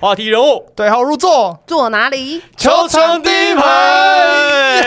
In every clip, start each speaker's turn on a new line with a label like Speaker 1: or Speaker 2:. Speaker 1: 话题人物，
Speaker 2: 对号入座，
Speaker 3: 坐哪里？
Speaker 1: 球场第一排，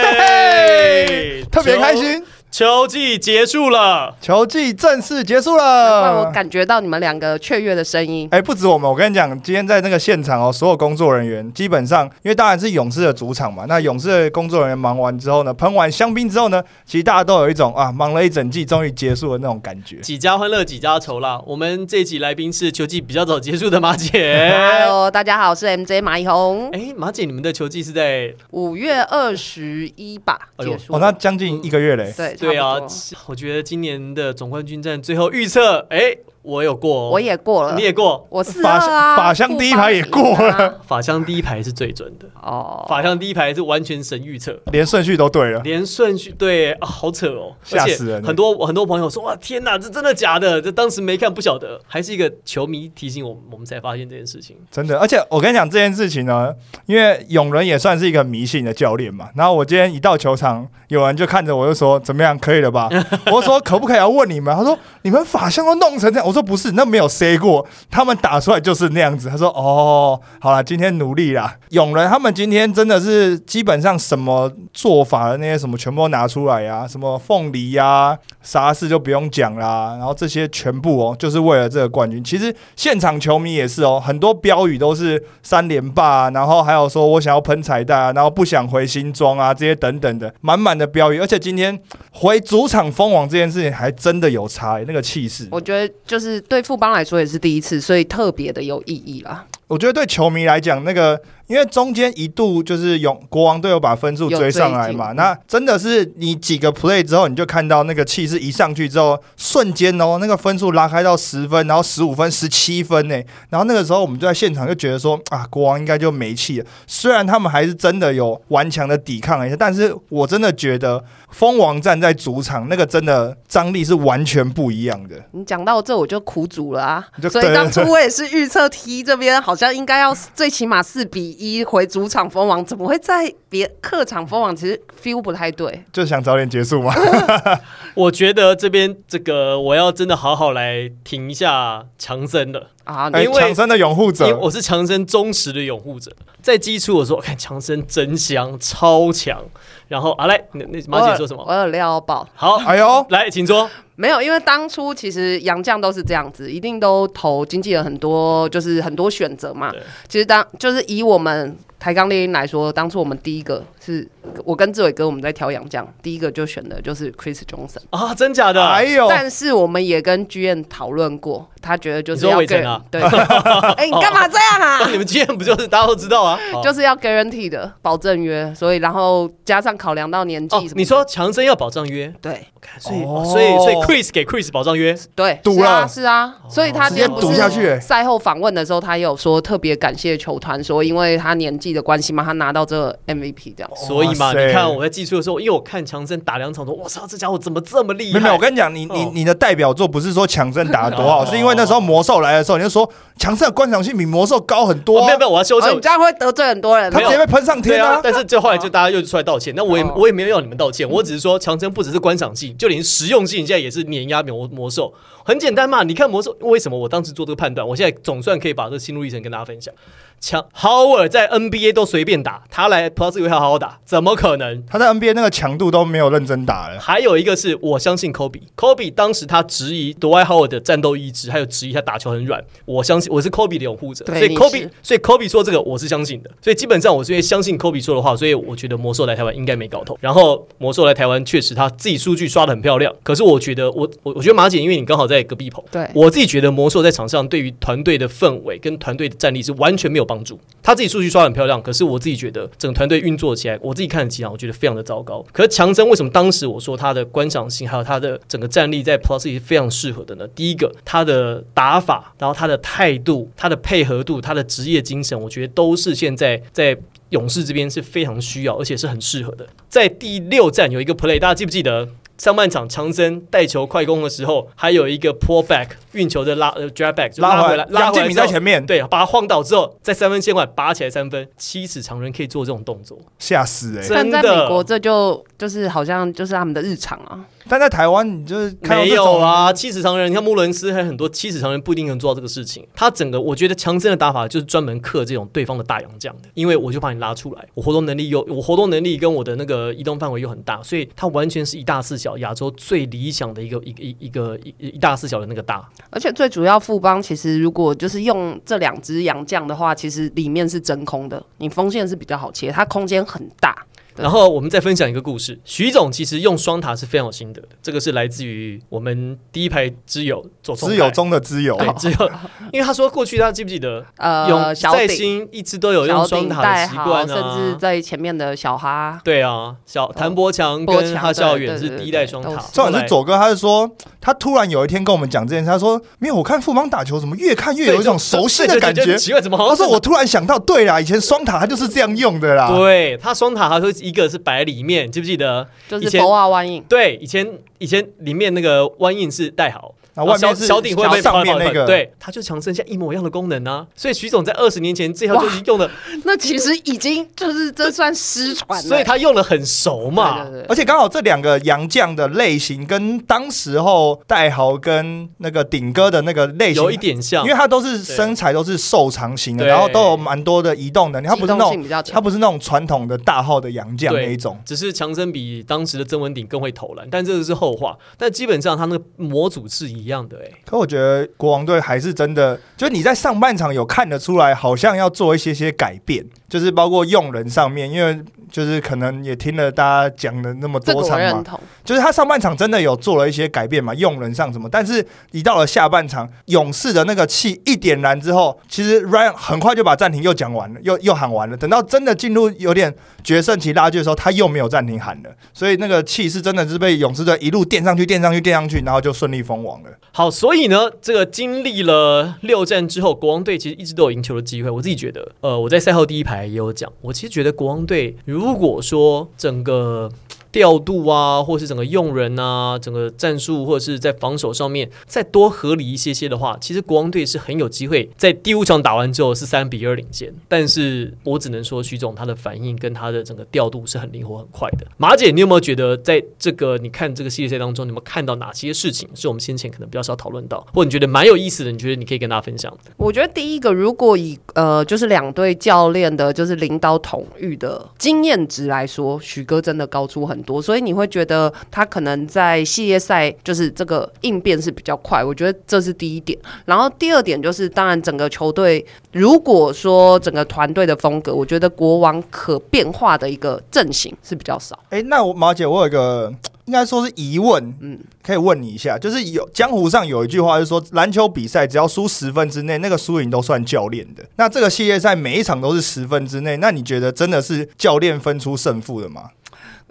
Speaker 2: 特别开心。
Speaker 1: 球。球季结束了，
Speaker 2: 球季正式结束
Speaker 3: 难怪我
Speaker 2: 了。
Speaker 3: 感觉到你们两个雀跃的声音。
Speaker 2: 哎、不止我们，我跟你讲，今天在那个现场哦，所有工作人员基本上，因为当然是勇士的主场嘛，那勇士的工作人员忙完之后呢，喷完香槟之后呢，其实大家都有一种啊，忙了一整季，终于结束的那种感觉。
Speaker 1: 几家欢乐几家愁啦。我们这集来宾是球季比较早结束的马
Speaker 2: 哎
Speaker 1: 姐。
Speaker 3: Hello，大家好，我是 MJ 马一红。
Speaker 1: 哎，马姐，你们的球季是在
Speaker 3: 五月二十一吧
Speaker 1: 哎呦
Speaker 3: 结束
Speaker 2: 哦，
Speaker 3: 了。
Speaker 2: 那将近一个月嘞。
Speaker 3: 对
Speaker 1: 对啊
Speaker 3: 差不多？
Speaker 1: 我觉得今年的总冠军战最后预测，哎，我有过哦，
Speaker 3: 我也过了
Speaker 1: 你，也过，
Speaker 3: 我四
Speaker 2: 法
Speaker 3: 二
Speaker 2: 香
Speaker 3: 啊，
Speaker 2: 法香第一排也过
Speaker 3: 了。
Speaker 1: 法香第一排是最准的，
Speaker 3: 哦，
Speaker 1: 法香第一排是完全神预测。
Speaker 2: 连顺序都对了，
Speaker 1: 连顺序对、啊，好扯哦，
Speaker 2: 吓死
Speaker 1: 而
Speaker 2: 人了
Speaker 1: 且很多很多朋友说哇，天哪，这真的假的？这当时没看不晓得，还是一个球迷提醒我们，我们才发现这件事情。
Speaker 2: 真的。而且我跟你讲这件事情呢，因为永仁也算是一个迷信的教练嘛。然后我今天一到球场，有人就看着我就说：“怎么样，可以了吧？” 我说：“可不可以要问你们？”他说：“你们法相都弄成这样。”我说：“不是，那没有 say 过，他们打出来就是那样子。”他说：“哦，好啦，今天努力啦。”永仁他们今天真的是基本上什么做法的那些什么全部都拿出来呀、什么凤梨呀、啊沙士就不用讲啦，然后这些全部哦，就是为了这个冠军。其实现场球迷也是哦，很多标语都是三连霸、啊，然后还有说我想要喷彩带啊，然后不想回新庄啊，这些等等的，满满的标语。而且今天回主场封王这件事情，还真的有差、欸、那个气势。
Speaker 3: 我觉得就是对富邦来说也是第一次，所以特别的有意义啦。
Speaker 2: 我觉得对球迷来讲，那个因为中间一度就是勇国王队有把分数追上来嘛，
Speaker 3: 有追进
Speaker 2: 那真的是你几个 play 之后，你就看到那个气势一上去之后，瞬间哦，那个分数拉开到十分，然后十五分、十七分呢，然后那个时候我们就在现场就觉得说啊，国王应该就没戏了。虽然他们还是真的有顽强的抵抗了一下，但是我真的觉得蜂王站在主场那个真的张力是完全不一样的。
Speaker 3: 你讲到这我就苦主了啊
Speaker 2: 你就，
Speaker 3: 所以当初我也是预测 T 这边好像应该要最起码四比一回主场封王，怎么会在别客场封王？其实 feel 不太对，
Speaker 2: 就想早点结束嘛，
Speaker 1: 我觉得这边这个我要真的好好来停一下强森了，
Speaker 3: 啊，
Speaker 2: 哎
Speaker 1: 因为
Speaker 2: 强生的拥护
Speaker 1: 因为
Speaker 2: 者，
Speaker 1: 我是强森忠实的拥护者。在基础我说，看强森真香，超强。然后啊，来，那那马姐说什
Speaker 3: 我
Speaker 1: 么？
Speaker 3: 有料到爆，
Speaker 1: 好，
Speaker 2: 哎呦，
Speaker 1: 来，请说。
Speaker 3: 没有，因为当初其实洋将都是这样子，一定都投经纪人很多，就是很多选择嘛
Speaker 1: 对。
Speaker 3: 其实当就是以我们台钢猎鹰来说，当初我们第一个是我跟志伟哥我们在挑洋将，第一个就选的就是 Chris Johnson。
Speaker 1: 啊，真假的？
Speaker 2: 哎呦，
Speaker 3: 但是我们也跟剧院讨论过，他觉得就是
Speaker 1: 你说
Speaker 3: 要
Speaker 1: 伟
Speaker 3: 给
Speaker 1: 成啊哦
Speaker 3: 对， 哎，你干嘛这样啊？
Speaker 1: 你们今天不就是大家都知道
Speaker 2: 哎
Speaker 1: 啊？好
Speaker 3: 就是要 guarantee 的保证约，所以然后加上考量到年纪
Speaker 1: 哦
Speaker 3: 什么，的，
Speaker 1: 你说强森要保障约，
Speaker 3: 对
Speaker 1: 我看所以、
Speaker 2: 哦
Speaker 1: 所以所以 Chris 给 Chris 保障约，
Speaker 3: 对，
Speaker 2: 赌
Speaker 3: 是啊
Speaker 2: 了
Speaker 3: 是啊，所以
Speaker 1: 哦
Speaker 3: 他
Speaker 2: 直
Speaker 3: 今
Speaker 2: 接
Speaker 3: 天不
Speaker 2: 赌
Speaker 3: 是
Speaker 2: 下去、欸。
Speaker 3: 赛后访问的时候，他也有说特别感谢球团，说因为他年纪的关系嘛，他拿到这个 MVP 这样。
Speaker 1: 所以嘛，
Speaker 2: 哇塞
Speaker 1: 你看我在技术的时候，因为我看强森打两场，说我操，这家伙怎么这么厉害？
Speaker 2: 没有，没有我跟你讲，你你
Speaker 1: 哦
Speaker 2: 你的代表作不是说强森打得多好，
Speaker 1: 哦
Speaker 2: 是因为那时候魔兽来的时候，你就说强森的观赏性比魔兽高很
Speaker 1: 我
Speaker 2: 多
Speaker 1: 没
Speaker 2: 啊
Speaker 1: 有，没有，我要修
Speaker 3: 哦，
Speaker 1: 正
Speaker 3: 你。这样会得罪很多人
Speaker 2: 他
Speaker 1: 没。有
Speaker 2: 直接被喷上
Speaker 1: 对
Speaker 2: 天
Speaker 1: 啊
Speaker 2: 啊，！
Speaker 1: 但是就后来就大家又出来道歉，那我也
Speaker 3: 哦
Speaker 1: 我也没有要你们道歉，我只是说强森不只是观赏性，就连实用性现在也是碾压魔魔兽，很简单嘛。你看魔兽为什么我当时做这个判断，我现在总算可以把这个心路历程跟大家分享。强 Howard 在 NBA 都随便打，他来 Plus 还好好打，怎么可能？
Speaker 2: 他在 NBA 那个强度都没有认真打了，
Speaker 1: 还有一个是我相信 Kobe，Kobe 当时他质疑 d w i g h Howard 的战斗意志，还有质疑他打球很软。我相信我是 Kobe 的拥护者，
Speaker 3: 对
Speaker 1: 所以
Speaker 3: 你
Speaker 1: Kobe
Speaker 3: 是
Speaker 1: 所以 Kobe 说这个我是相信的。所以基本上我是因为相信 Kobe 说的话，所以我觉得魔兽来台湾应该没搞头。然后魔兽来台湾确实他自己数据刷的很漂亮，可是我觉得我我我觉得马姐，因为你刚好在隔壁棚，
Speaker 3: 对
Speaker 1: 我自己觉得魔兽在场上对于团队的氛围跟团队的战力是完全没有帮助。他自己数据刷得很漂亮，可是我自己觉得整个团队运作起来，我自己看了几场，我觉得非常的糟糕。可是强森为什么当时我说他的观赏性还有他的整个战力在 Plus 是非常适合的呢？第一个，他的打法，然后他的态度、他的配合度、他的职业精神，我觉得都是现在在。勇士这边是非常需要，而且是很适合的。在第六站有一个 play，大家记不记得？上半场强森带球快攻的时候，还有一个 pull back 运球的拉呃 drag back 就拉回来，拉
Speaker 2: 杨
Speaker 1: 回
Speaker 2: 建
Speaker 1: 来
Speaker 2: 明
Speaker 1: 之后
Speaker 2: 在前面，
Speaker 1: 对，把他晃倒之后，在三分线外拔起来三分，七尺常人可以做这种动作，
Speaker 2: 吓死哎！
Speaker 1: 真
Speaker 3: 但在
Speaker 1: 的
Speaker 3: 美国，这就就是好像就是他们的日常啊，
Speaker 2: 但在台湾，你就是看到
Speaker 1: 没
Speaker 2: 这
Speaker 1: 有
Speaker 2: 种，
Speaker 1: 啊，七尺长人，你看穆伦斯还有很多七尺长人不一定能做到这个事情。他整个我觉得强森的打法就是专门克这种对方的大洋将的，因为我就把你拉出来，我活动能力又我活动能力跟我的那个移动范围又很大，所以他完全是一大四小，亚洲最理想的一个一个一个一一一大四小的那个大。
Speaker 3: 而且最主要，富邦其实如果就是用这两只洋将的话，其实里面是真空的，你锋线是比较好切，它空间很大。对
Speaker 1: 然后我们再分享一个故事，徐总其实用双塔是非常有心得的，这个是来自于我们第一排之友左
Speaker 2: 知友中的知友，
Speaker 1: 对之友，因为他说过去他记不记得
Speaker 3: 呃，
Speaker 1: 用
Speaker 3: 小
Speaker 1: 在
Speaker 3: 顶
Speaker 1: 新一直都有用
Speaker 3: 小
Speaker 1: 双
Speaker 3: 顶
Speaker 1: 塔
Speaker 3: 带
Speaker 1: 的习
Speaker 3: 好，
Speaker 1: 惯
Speaker 3: 甚至
Speaker 1: 啊。
Speaker 3: 在前面的小哈，
Speaker 1: 对啊，小谭博强
Speaker 3: 博
Speaker 1: 跟
Speaker 3: 强
Speaker 1: 哈孝
Speaker 3: 对
Speaker 1: 远
Speaker 3: 对
Speaker 1: 是
Speaker 3: 对
Speaker 1: 第一
Speaker 3: 对
Speaker 1: 代双
Speaker 3: 都
Speaker 1: 塔，
Speaker 3: 是
Speaker 2: 重
Speaker 1: 后
Speaker 2: 点
Speaker 1: 来
Speaker 2: 是左哥，他是说，他突然有一天跟我们讲这件事，他说：“没有，我看富邦打球怎么越看越有一种熟悉的感
Speaker 1: 对就
Speaker 2: 觉
Speaker 1: 就。奇怪，怎”么好
Speaker 2: 他
Speaker 1: 像
Speaker 2: 说：“我突啊然想到，对啦，以前双塔他就是这样用的啦。”
Speaker 1: 对他双塔，他说一个是摆在里面，记不记得？
Speaker 3: 就
Speaker 1: 以
Speaker 3: 是
Speaker 1: 前
Speaker 3: 佛啊弯印，
Speaker 1: 对，以前以前里面那个弯印是带好，
Speaker 2: 那啊外
Speaker 1: 然后
Speaker 2: 面
Speaker 1: 小
Speaker 2: 是
Speaker 1: 小顶会被
Speaker 2: 上面
Speaker 1: 跑来
Speaker 2: 那
Speaker 1: 跑去
Speaker 2: 个，，
Speaker 1: 对，他就强剩下一模一样的功能啊。所以徐总在二十年前这条就已经用的，
Speaker 3: 那其实已经就是这算失传了，
Speaker 1: 所以他用的很熟嘛
Speaker 3: 对。对对
Speaker 2: 而且刚好这两个洋将的类型跟当时候戴豪跟那个顶哥的那个类型
Speaker 1: 有一。点像
Speaker 2: 因为，他都是身材都是瘦长型的，
Speaker 1: 对
Speaker 2: 然后都有蛮多的移动能力，他不是那
Speaker 3: 机动
Speaker 2: 种
Speaker 3: 性比
Speaker 2: 他
Speaker 3: 较强，
Speaker 2: 不是那种传统的大号的洋将
Speaker 1: 对
Speaker 2: 那一种。
Speaker 1: 只是强森比当时的曾文鼎更会投篮，但这个是后话。但基本上他那个模组是一样的、欸，
Speaker 2: 可我觉得国王队还是真的，就是你在上半场有看得出来，好像要做一些些改变，就是包括用人上面，因为就是可能也听了大家讲的那么
Speaker 3: 这个
Speaker 2: 多
Speaker 3: 我
Speaker 2: 场
Speaker 3: 认
Speaker 2: 嘛，
Speaker 3: 同。
Speaker 2: 就是他上半场真的有做了一些改变嘛，用人上什么，但是一到了下半场，勇士的那个气一点燃之后，其实 Ryan 很快就把暂停又讲完了，又又喊完了。等到真的进入有点决胜期拉锯的时候，他又没有暂停喊了，所以那个气势真的是被勇士队一路垫上去、垫上去、垫上去，然后就顺利封王了。
Speaker 1: 好，所以呢，这个经历了六战之后，国王队其实一直都有赢球的机会。我自己觉得，呃，我在赛后第一排也有讲，我其实觉得国王队如果说整个调度啊，或是整个用人啊，整个战术或者是在防守上面再多合理一些些的话，其实国王队是很有机会在第五场打完之后是三比二领先。但是我只能说，徐总他的反应跟他的整个调度是很灵活、很快的。马姐，你有没有觉得在这个你看这个系列赛当中，你有没有看到哪些事情是我们先前可能比较少讨论到，或者你觉得蛮有意思的？你觉得你可以跟大家分享的？
Speaker 3: 我觉得第一个，如果以呃，就是两队教练的，就是领导统御的经验值来说，许哥真的高出很多，所以你会觉得他可能在系列赛就是这个应变是比较快，我觉得这是第一点。然后第二点就是，当然整个球队，如果说整个团队的风格，我觉得国王可变化的一个阵型是比较少。
Speaker 2: 哎、那我马姐，我有一个应该说是疑问，嗯，可以问你一下，就是有江湖上有一句话，就是说篮球比赛只要输十分之内，那个输赢都算教练的。那这个系列赛每一场都是十分之内，那你觉得真的是教练分出胜负的吗？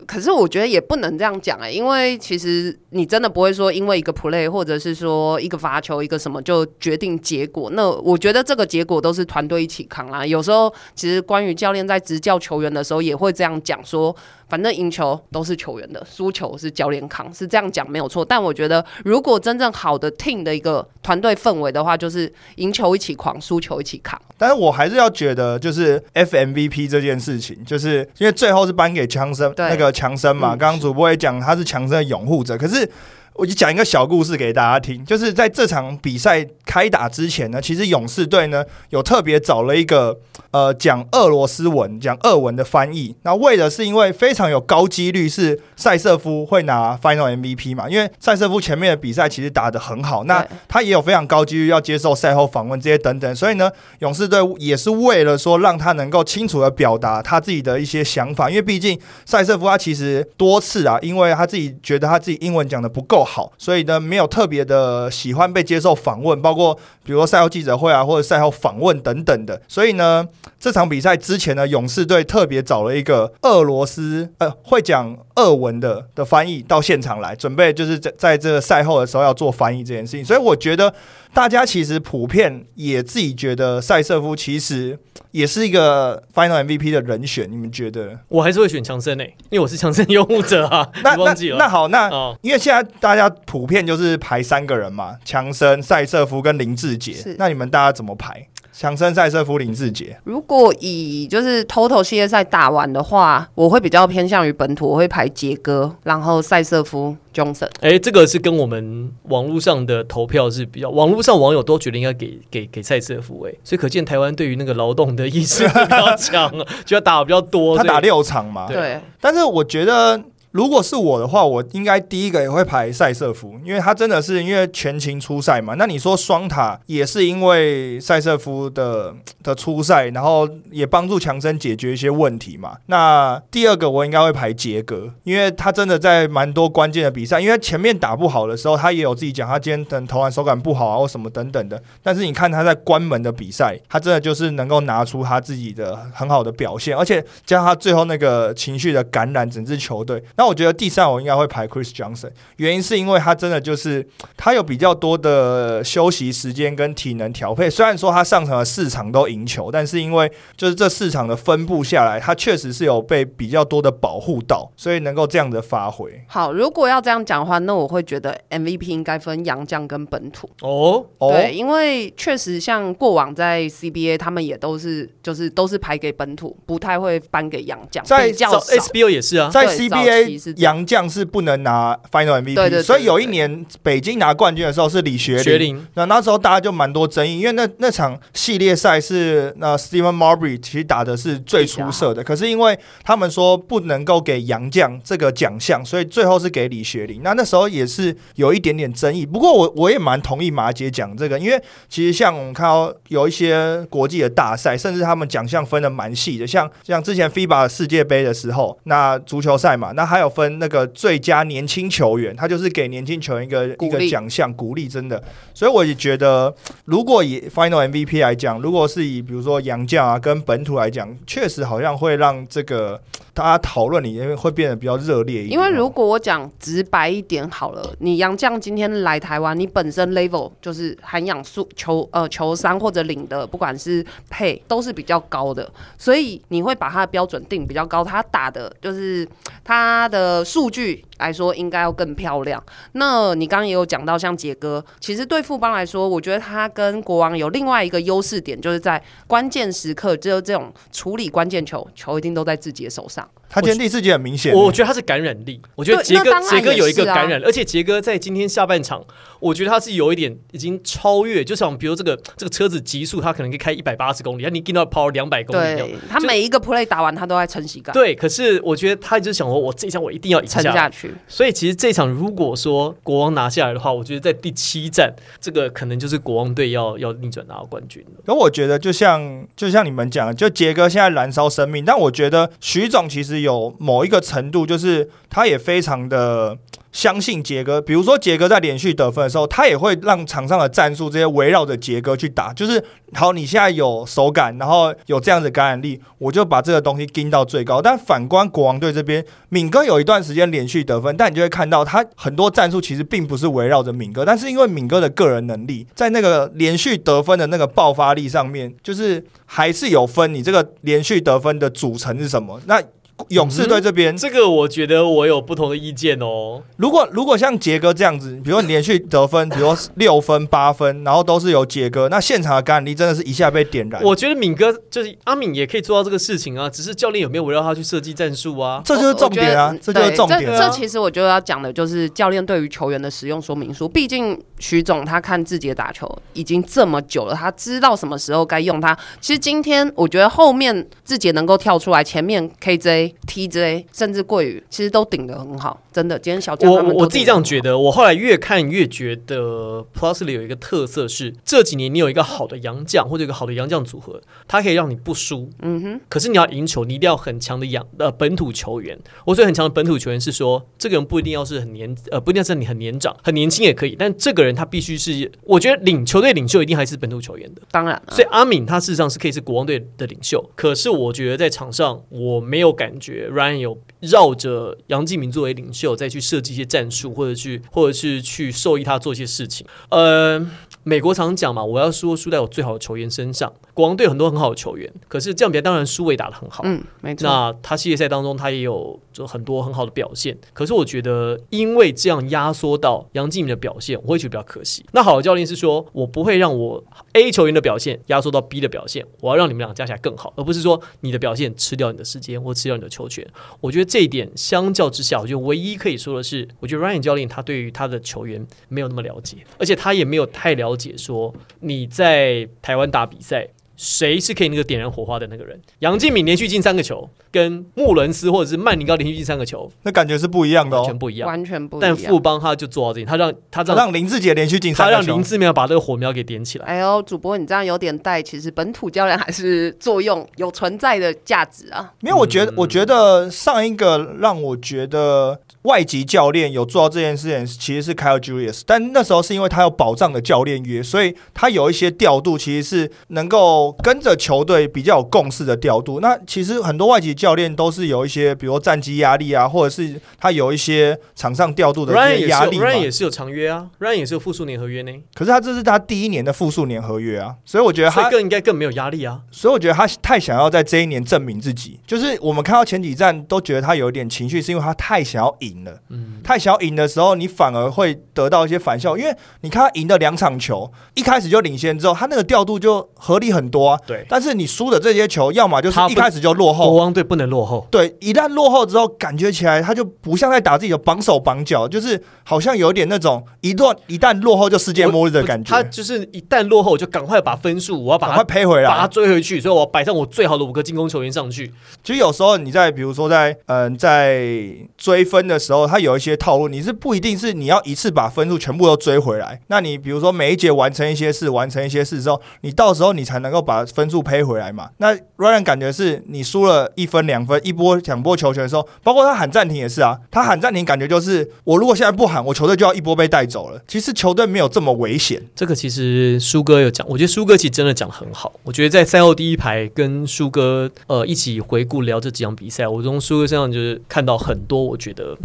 Speaker 3: 可是我觉得也不能这样讲哎、因为其实你真的不会说因为一个 play 或者是说一个罚球一个什么就决定结果。那我觉得这个结果都是团队一起扛啦。有时候其实关于教练在执教球员的时候也会这样讲说，反正赢球都是球员的，输球是教练扛，是这样讲没有错。但我觉得如果真正好的 team 的一个团队氛围的话，就是赢球一起狂，输球一起扛。
Speaker 2: 但是我还是要觉得，就是 FMVP 这件事情，就是因为最后是颁给强森
Speaker 3: 对
Speaker 2: 那个强森嘛，
Speaker 3: 嗯
Speaker 2: 刚刚主播也讲他是强森的拥护者，可是。我就讲一个小故事给大家听，就是在这场比赛开打之前呢，其实勇士队呢有特别找了一个呃讲俄罗斯文、讲俄文的翻译，那为的是因为非常有高几率是塞瑟夫会拿 Final MVP 嘛，因为塞瑟夫前面的比赛其实打得很好，那
Speaker 3: 对
Speaker 2: 他也有非常高几率要接受赛后访问这些等等，所以呢，勇士队也是为了说让他能够清楚的表达他自己的一些想法，因为毕竟塞瑟夫他其实多次啊，因为他自己觉得他自己英文讲的不够好，所以呢没有特别的喜欢被接受访问，包括比如说赛后记者会啊，或者赛后访问等等的。所以呢，这场比赛之前呢，勇士队特别找了一个俄罗斯呃会讲俄文的的翻译到现场来，准备就是在在这个赛后的时候要做翻译这件事情。所以我觉得大家其实普遍也自己觉得塞瑟夫其实也是一个 Final MVP 的人选，你们觉得？
Speaker 1: 我还是会选强森诶、因为我是强森拥护者啊。
Speaker 2: 那
Speaker 1: 你忘记
Speaker 2: 那
Speaker 1: 了？
Speaker 2: 那好，那
Speaker 1: 哦，
Speaker 2: 因为现在大家普遍就是排三个人嘛，强森、塞瑟夫跟林志杰
Speaker 3: 是。
Speaker 2: 那你们大家怎么排？强森、塞瑟夫、林志杰。
Speaker 3: 如果以就是 total 系列赛打完的话，我会比较偏向于本土，我会排排杰哥，然后塞瑟夫、Johnson。
Speaker 1: 哎，这个是跟我们网络上的投票是比较，网络上网友都觉得应该给给给赛斯的抚慰，哎所以可见台湾对于那个劳动的意识比 较强啊，就要打比较多。
Speaker 2: 他
Speaker 1: 所以
Speaker 2: 打六场嘛，
Speaker 3: 对，
Speaker 2: 但是我觉得，如果是我的话，我应该第一个也会排塞瑟夫，因为他真的是因为全勤出赛嘛。那你说双塔也是因为塞瑟夫的的出赛，然后也帮助强森解决一些问题嘛。那第二个我应该会排杰格，因为他真的在蛮多关键的比赛，因为前面打不好的时候，他也有自己讲，他今天等投篮手感不好啊，或什么等等的。但是你看他在关门的比赛，他真的就是能够拿出他自己的很好的表现，而且加上他最后那个情绪的感染整支球队。那我觉得第三我应该会排 Chris Johnson，原因是因为他真的就是他有比较多的休息时间跟体能调配。虽然说他上场的四场都赢球，但是因为就是这四场的分布下来，他确实是有被比较多的保护到，所以能够这样的发挥。
Speaker 3: 好，如果要这样讲的话，那我会觉得 MVP 应该分洋将跟本土。
Speaker 1: 哦，
Speaker 2: 哦，
Speaker 3: 对，因为确实像过往在 CBA，他们也都是就是都是排给本土，不太会颁给洋将，
Speaker 2: 在
Speaker 3: 比较
Speaker 1: 早
Speaker 3: 少。
Speaker 1: SBO 也是啊，
Speaker 2: 在
Speaker 3: 对早期是
Speaker 2: CBA
Speaker 3: 这样
Speaker 2: 杨将是不能拿 Final MVP，
Speaker 3: 对对对
Speaker 2: 所以有一年北京拿冠军的时候是李学
Speaker 1: 学
Speaker 2: 林。
Speaker 1: 龄
Speaker 2: 那那时候大家就蛮多争议，因为那那场系列赛是那 Steven Marbury 其实打的是最出色的，可是因为他们说不能够给杨将这个奖项，所以最后是给李学林。那那时候也是有一点点争议，不过我我也蛮同意马姐讲这个，因为其实像我们看到有一些国际的大赛，甚至他们奖项分的蛮细的，像像之前 FIBA 世界杯的时候，那足球赛嘛，那还有分那个最佳年轻球员，他就是给年轻球员一个一
Speaker 3: 鼓
Speaker 2: 个
Speaker 3: 励
Speaker 2: 奖项鼓励，真的。所以我也觉得，如果以 Final MVP 来讲，如果是以比如说洋将啊跟本土来讲，确实好像会让这个大家讨论里面会变得比较热烈一点。哦
Speaker 3: 因为如果我讲直白一点好了，你洋将今天来台湾，你本身 level 就是涵养数球呃球商或者领的，不管是配都是比较高的，所以你会把他的标准定比较高，他打的就是他的数据来说应该要更漂亮。那你刚刚也有讲到，像杰哥，其实对富邦来说，我觉得他跟国王有另外一个优势点，就是在关键时刻，只有这种处理关键球，球一定都在自己的手上。
Speaker 2: 他今天第四节很明显，
Speaker 1: 我觉得他是感染力，我觉得
Speaker 3: 对
Speaker 1: 杰
Speaker 3: 那
Speaker 1: 哥
Speaker 3: 当然
Speaker 1: 杰哥有一
Speaker 3: 也
Speaker 1: 个
Speaker 3: 是啊
Speaker 1: 感染力，而且杰哥在今天下半场，我觉得他是有一点已经超越，就像比如这个这个车子极速，他可能可以开一百八十公里，但你进到 power 两百公里一样。
Speaker 3: 对他
Speaker 1: 就
Speaker 3: 每一个 play 打完，他都在撑膝盖，
Speaker 1: 对，可是我觉得他就是想说，我这一场我一定要赢
Speaker 3: 撑
Speaker 1: 下来
Speaker 3: 下去。
Speaker 1: 所以其实这场如果说国王拿下来的话，我觉得在第七战，这个可能就是国王队要要逆转拿到冠军了。
Speaker 2: 可我觉得就像就像你们讲的，就杰哥现在燃烧生命，但我觉得徐总其实有某一个程度，就是他也非常的相信杰哥。比如说杰哥在连续得分的时候，他也会让场上的战术这些围绕着杰哥去打，就是好，你现在有手感，然后有这样子感染力，我就把这个东西盯到最高。但反观国王队这边，敏哥有一段时间连续得分，但你就会看到他很多战术其实并不是围绕着敏哥，但是因为敏哥的个人能力，在那个连续得分的那个爆发力上面，就是还是有分你这个连续得分的组成是什么。那勇士队这边，
Speaker 1: 嗯这个我觉得我有不同的意见哦。
Speaker 2: 如果如果像杰哥这样子，比如说你连续得分，比如说六分、八分，然后都是由杰哥，那现场的感染力真的是一下被点燃。
Speaker 1: 我觉得敏哥就是阿敏也可以做到这个事情啊，只是教练有没有围绕他去设计战术啊？
Speaker 2: 这就是重点啊
Speaker 3: 我，
Speaker 2: 这
Speaker 3: 我觉得嗯
Speaker 2: 就是重点
Speaker 3: 对
Speaker 2: 啊。
Speaker 3: 这这其实我就要讲的就是教练对于球员的使用说明书。毕竟徐总他看自己的打球已经这么久了，他知道什么时候该用他。其实今天我觉得后面自己能够跳出来，前面 KJ、TJ 甚至桂宇其实都顶得很好，真的。今天小将
Speaker 1: 我
Speaker 3: 他们
Speaker 1: 我自己这样觉
Speaker 3: 得。
Speaker 1: 得，我后来越看越觉得 Plus 里有一个特色是，这几年你有一个好的洋将或者一个好的洋将组合，它可以让你不输。嗯哼。可是你要赢球，你一定要很强的洋呃本土球员。我所以很强的本土球员是说，这个人不一定要是很年呃不一定要是你很年长，很年轻也可以，但这个人他必须是，我觉得领球队领袖一定还是本土球员的。
Speaker 3: 当然了，
Speaker 1: 所以阿敏他事实上是可以是国王队的领袖，可是我觉得在场上我没有感觉 Ryan 有绕着杨敬明作为领袖再去设计一些战术，或者去或者是去授意他做一些事情。呃，美国常讲嘛，我要输输在我最好的球员身上。国王队有很多很好的球员，可是这样比赛当然苏伟打得很好，
Speaker 3: 嗯，没错。
Speaker 1: 那他系列赛当中他也有就很多很好的表现。可是我觉得，因为这样压缩到杨敬敏的表现，我会觉得比较可惜。那好的教练是说我不会让我 A 球员的表现压缩到 B 的表现，我要让你们俩加起来更好，而不是说你的表现吃掉你的时间或吃掉你的球权。我觉得这一点相较之下，我觉得唯一可以说的是，我觉得 Ryan 教练他对于他的球员没有那么了解，而且他也没有太了解说你在台湾打比赛。谁是可以那个点燃火花的那个人？杨敬敏连续进三个球，跟穆伦斯或者是曼宁高连续进三个球，
Speaker 2: 那感觉是不一样的
Speaker 1: 完全
Speaker 2: 哦。
Speaker 1: 不一样。
Speaker 3: 完全不一
Speaker 1: 但
Speaker 3: 样。
Speaker 1: 富邦他就做到这里，他让他
Speaker 2: 他
Speaker 1: 让
Speaker 2: 让林志杰连续进
Speaker 1: 他
Speaker 2: 三个
Speaker 1: 让
Speaker 2: 球
Speaker 1: 林，志妙把这个火苗给点起来。
Speaker 3: 哎呦，主播，你这样有点带，其实本土教练还是作用有存在的价值啊。
Speaker 2: 因为我
Speaker 1: 嗯
Speaker 2: 觉得，我觉得上一个让我觉得外籍教练有做到这件事情，其实是 Kyle Julius，但那时候是因为他有保障的教练约，所以他有一些调度其实是能够跟着球队比较有共识的调度。那其实很多外籍教练都是有一些，比如说战绩压力啊，或者是他有一些场上调度的
Speaker 1: Ryan 也
Speaker 2: 一些
Speaker 1: 是
Speaker 2: 压力嘛。
Speaker 1: ，Ryan 也是有长约啊，Ryan 也是有复数年合约呢，
Speaker 2: 可是他这是他第一年的复数年合约啊，所以我觉得
Speaker 1: 所以
Speaker 2: 他，
Speaker 1: 更应该更没有压力啊。
Speaker 2: 所以我觉得他太想要在这一年证明自己。就是我们看到前几站都觉得他有一点情绪，是因为他太想要赢了。
Speaker 1: 嗯，
Speaker 2: 太想要赢的时候，你反而会得到一些反效，因为你看他赢的两场球，一开始就领先之后，他那个调度就合理很多啊。
Speaker 1: 对，
Speaker 2: 但是你输的这些球，要么就是
Speaker 1: 他不
Speaker 2: 一开始就落后
Speaker 1: 国，王队不能落后。
Speaker 2: 对，一旦落后之后，感觉起来他就不像在打自己的绑手绑脚，就是好像有点那种一落一旦落后就世界末日的感觉，
Speaker 1: 他就是一旦落后，我就赶快把分数，我要把
Speaker 2: 赶
Speaker 1: 它
Speaker 2: 快赔回
Speaker 1: 把它
Speaker 2: 来。
Speaker 1: 追回去，所以我要摆上我最好的五个进攻球员上去。
Speaker 2: 其实有时候你在比如说在嗯、在追分的时候，他有一些套路，你是不一定是你要一次把分数全部都追回来。那你比如说每一节完成一些事，完成一些事之后，你到时候你才能够把分数赔回来嘛。那 Ryan 感觉是你输了一分、两分、一波、两波球权的时候，包括他喊暂停也是啊，他喊暂停感觉就是我如果现在不喊，我球队就要一波被带走了。其实球队没有这么危险，
Speaker 1: 这个其实舒哥有讲，我觉得舒哥其实真的讲得很好。我觉得在赛后第一排跟舒哥呃一起回顾聊这几场比赛，我从舒哥身上就是看到很多我觉得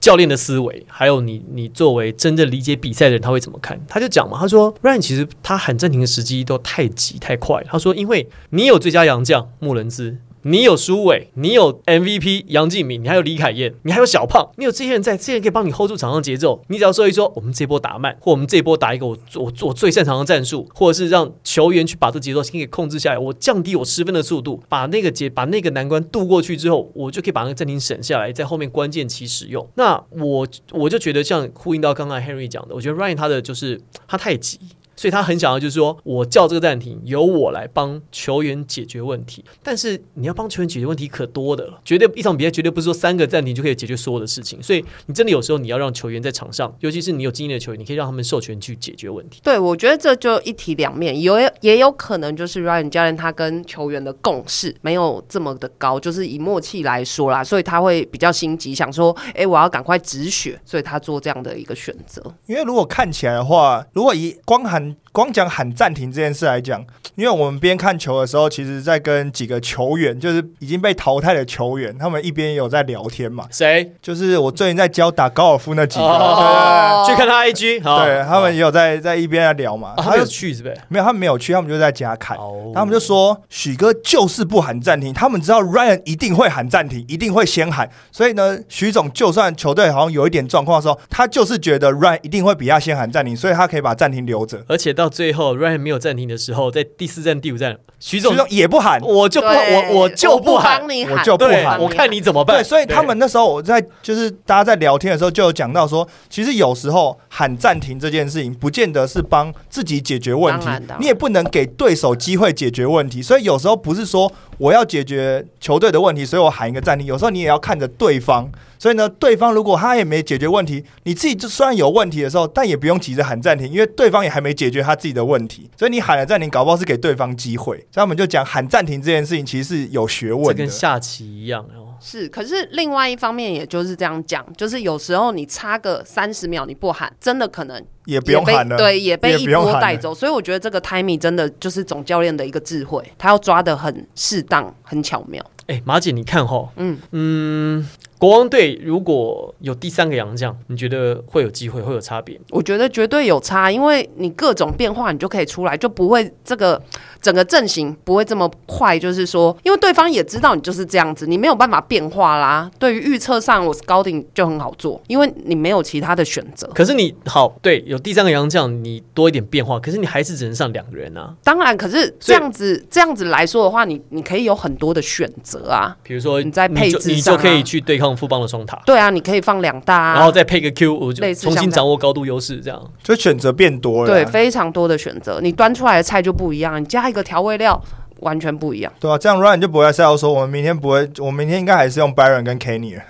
Speaker 1: 教练的思维，还有你你作为真正理解比赛的人他会怎么看。他就讲嘛，他说 Ryan 其实他喊暂停的时机都太急太快了。他说因为你有最佳洋将穆伦兹。你有苏伟，你有 MVP 杨敬敏，你还有李凯燕，你还有小胖，你有这些人在，这些人可以帮你 hold 住场上节奏。你只要说一说，我们这波打慢，或我们这波打一个我我我最擅长的战术，或者是让球员去把这节奏先给控制下来，我降低我失分的速度，把那个节把那个难关渡过去之后，我就可以把那个暂停省下来，在后面关键期使用。那我我就觉得像呼应到刚才 Henry 讲的，我觉得 Ryan 他的就是他太急，所以他很想要，就是说我叫这个暂停，由我来帮球员解决问题。但是你要帮球员解决问题可多的了，绝对一场比赛绝对不是说三个暂停就可以解决所有的事情。所以你真的有时候你要让球员在场上，尤其是你有经验的球员，你可以让他们授权去解决问题。
Speaker 3: 对，我觉得这就一体两面，有也有可能就是 Ryan 教练他跟球员的共识没有这么的高，就是以默契来说啦，所以他会比较心急，想说，哎、我要赶快止血，所以他做这样的一个选择。
Speaker 2: 因为如果看起来的话，如果以光喊光讲喊暂停这件事来讲，因为我们边看球的时候，其实在跟几个球员，就是已经被淘汰的球员，他们一边有在聊天嘛。
Speaker 1: 谁
Speaker 2: 就是我最近在教打高尔夫那几个，
Speaker 1: 哦去看他 IG？
Speaker 2: 对
Speaker 1: 好，
Speaker 2: 对对，他们也有在在一边在聊嘛。
Speaker 1: 啊他
Speaker 2: 他
Speaker 1: 们
Speaker 2: 就
Speaker 1: 有去是不是？
Speaker 2: 没有，他们没有去，他们就在家看。
Speaker 1: 哦
Speaker 2: 他们就说许哥就是不喊暂停，他们知道 Ryan 一定会喊暂停，一定会先喊，所以呢，许总就算球队好像有一点状况的时候，他就是觉得 Ryan 一定会比他先喊暂停，所以他可以把暂停留着。
Speaker 1: 而且到最后 Ryan 没有暂停的时候，在第四站、第五站，徐总
Speaker 2: 许总也不喊，
Speaker 1: 我就不
Speaker 3: 对
Speaker 1: 我我就
Speaker 3: 不
Speaker 1: 喊，
Speaker 3: 帮你
Speaker 2: 我
Speaker 3: 喊，
Speaker 2: 就不
Speaker 1: 对
Speaker 2: 喊，
Speaker 1: 我看你怎么办。
Speaker 2: 对，所以他们那时候我在就是大家在聊天的时候就有讲到说，其实有时候喊暂停这件事情，不见得是帮自己解决问题
Speaker 3: 当然当，然
Speaker 2: 你也不能给对手机会解决问题。所以有时候不是说我要解决球队的问题，所以我喊一个暂停，有时候你也要看着对方。所以呢，对方如果他也没解决问题，你自己就虽然有问题的时候，但也不用急着喊暂停，因为对方也还没解决他自己的问题。所以你喊了暂停，搞不好是给对方机会。所以他们就讲喊暂停这件事情其实是有学
Speaker 1: 这
Speaker 2: 问的
Speaker 1: 跟。下棋一样哦。
Speaker 3: 是，可是另外一方面，也就是这样讲，就是有时候你差个三十秒，你不喊，真的可能
Speaker 2: 也不用
Speaker 3: 被
Speaker 2: 喊了，
Speaker 3: 对，也被
Speaker 2: 也
Speaker 3: 一
Speaker 2: 不用
Speaker 3: 波
Speaker 2: 喊
Speaker 3: 带
Speaker 2: 了
Speaker 3: 走。所以我觉得这个 timing 真的就是总教练的一个智慧，他要抓的很适当，很巧妙。
Speaker 1: 哎、马姐，你看哈，嗯嗯，国王队如果有第三个洋将，你觉得会有机会，会有差别吗？
Speaker 3: 我觉得绝对有差，因为你各种变化你就可以出来，就不会这个整个阵型不会这么快，就是说，因为对方也知道你就是这样子，你没有办法变化啦。对于预测上，我 scouting 就很好做，因为你没有其他的选择。
Speaker 1: 可是你好，对，有第三个洋将，你多一点变化，可是你还是只能上两个人啊。
Speaker 3: 当然，可是这样子这样子来说的话，你你可以有很多的选择啊。
Speaker 1: 比如说
Speaker 3: 你在配
Speaker 1: 就
Speaker 3: 置
Speaker 1: 你
Speaker 3: 上
Speaker 1: 就
Speaker 3: 啊
Speaker 1: 可以去对抗富邦的双塔，
Speaker 3: 对啊，你可以放两大、啊，
Speaker 1: 然后再配个 Q，我就
Speaker 3: 类似像
Speaker 1: 重新掌握高度优势，这样
Speaker 2: 就选择变多了啦。啊
Speaker 3: 对非常多的选择，你端出来的菜就不一样，你加一个调味料完全不一样。
Speaker 2: 对啊，这样 Ryan 就不会再要说我们明天不会，我们明天应该还是用 Byron 跟 Kenny 了。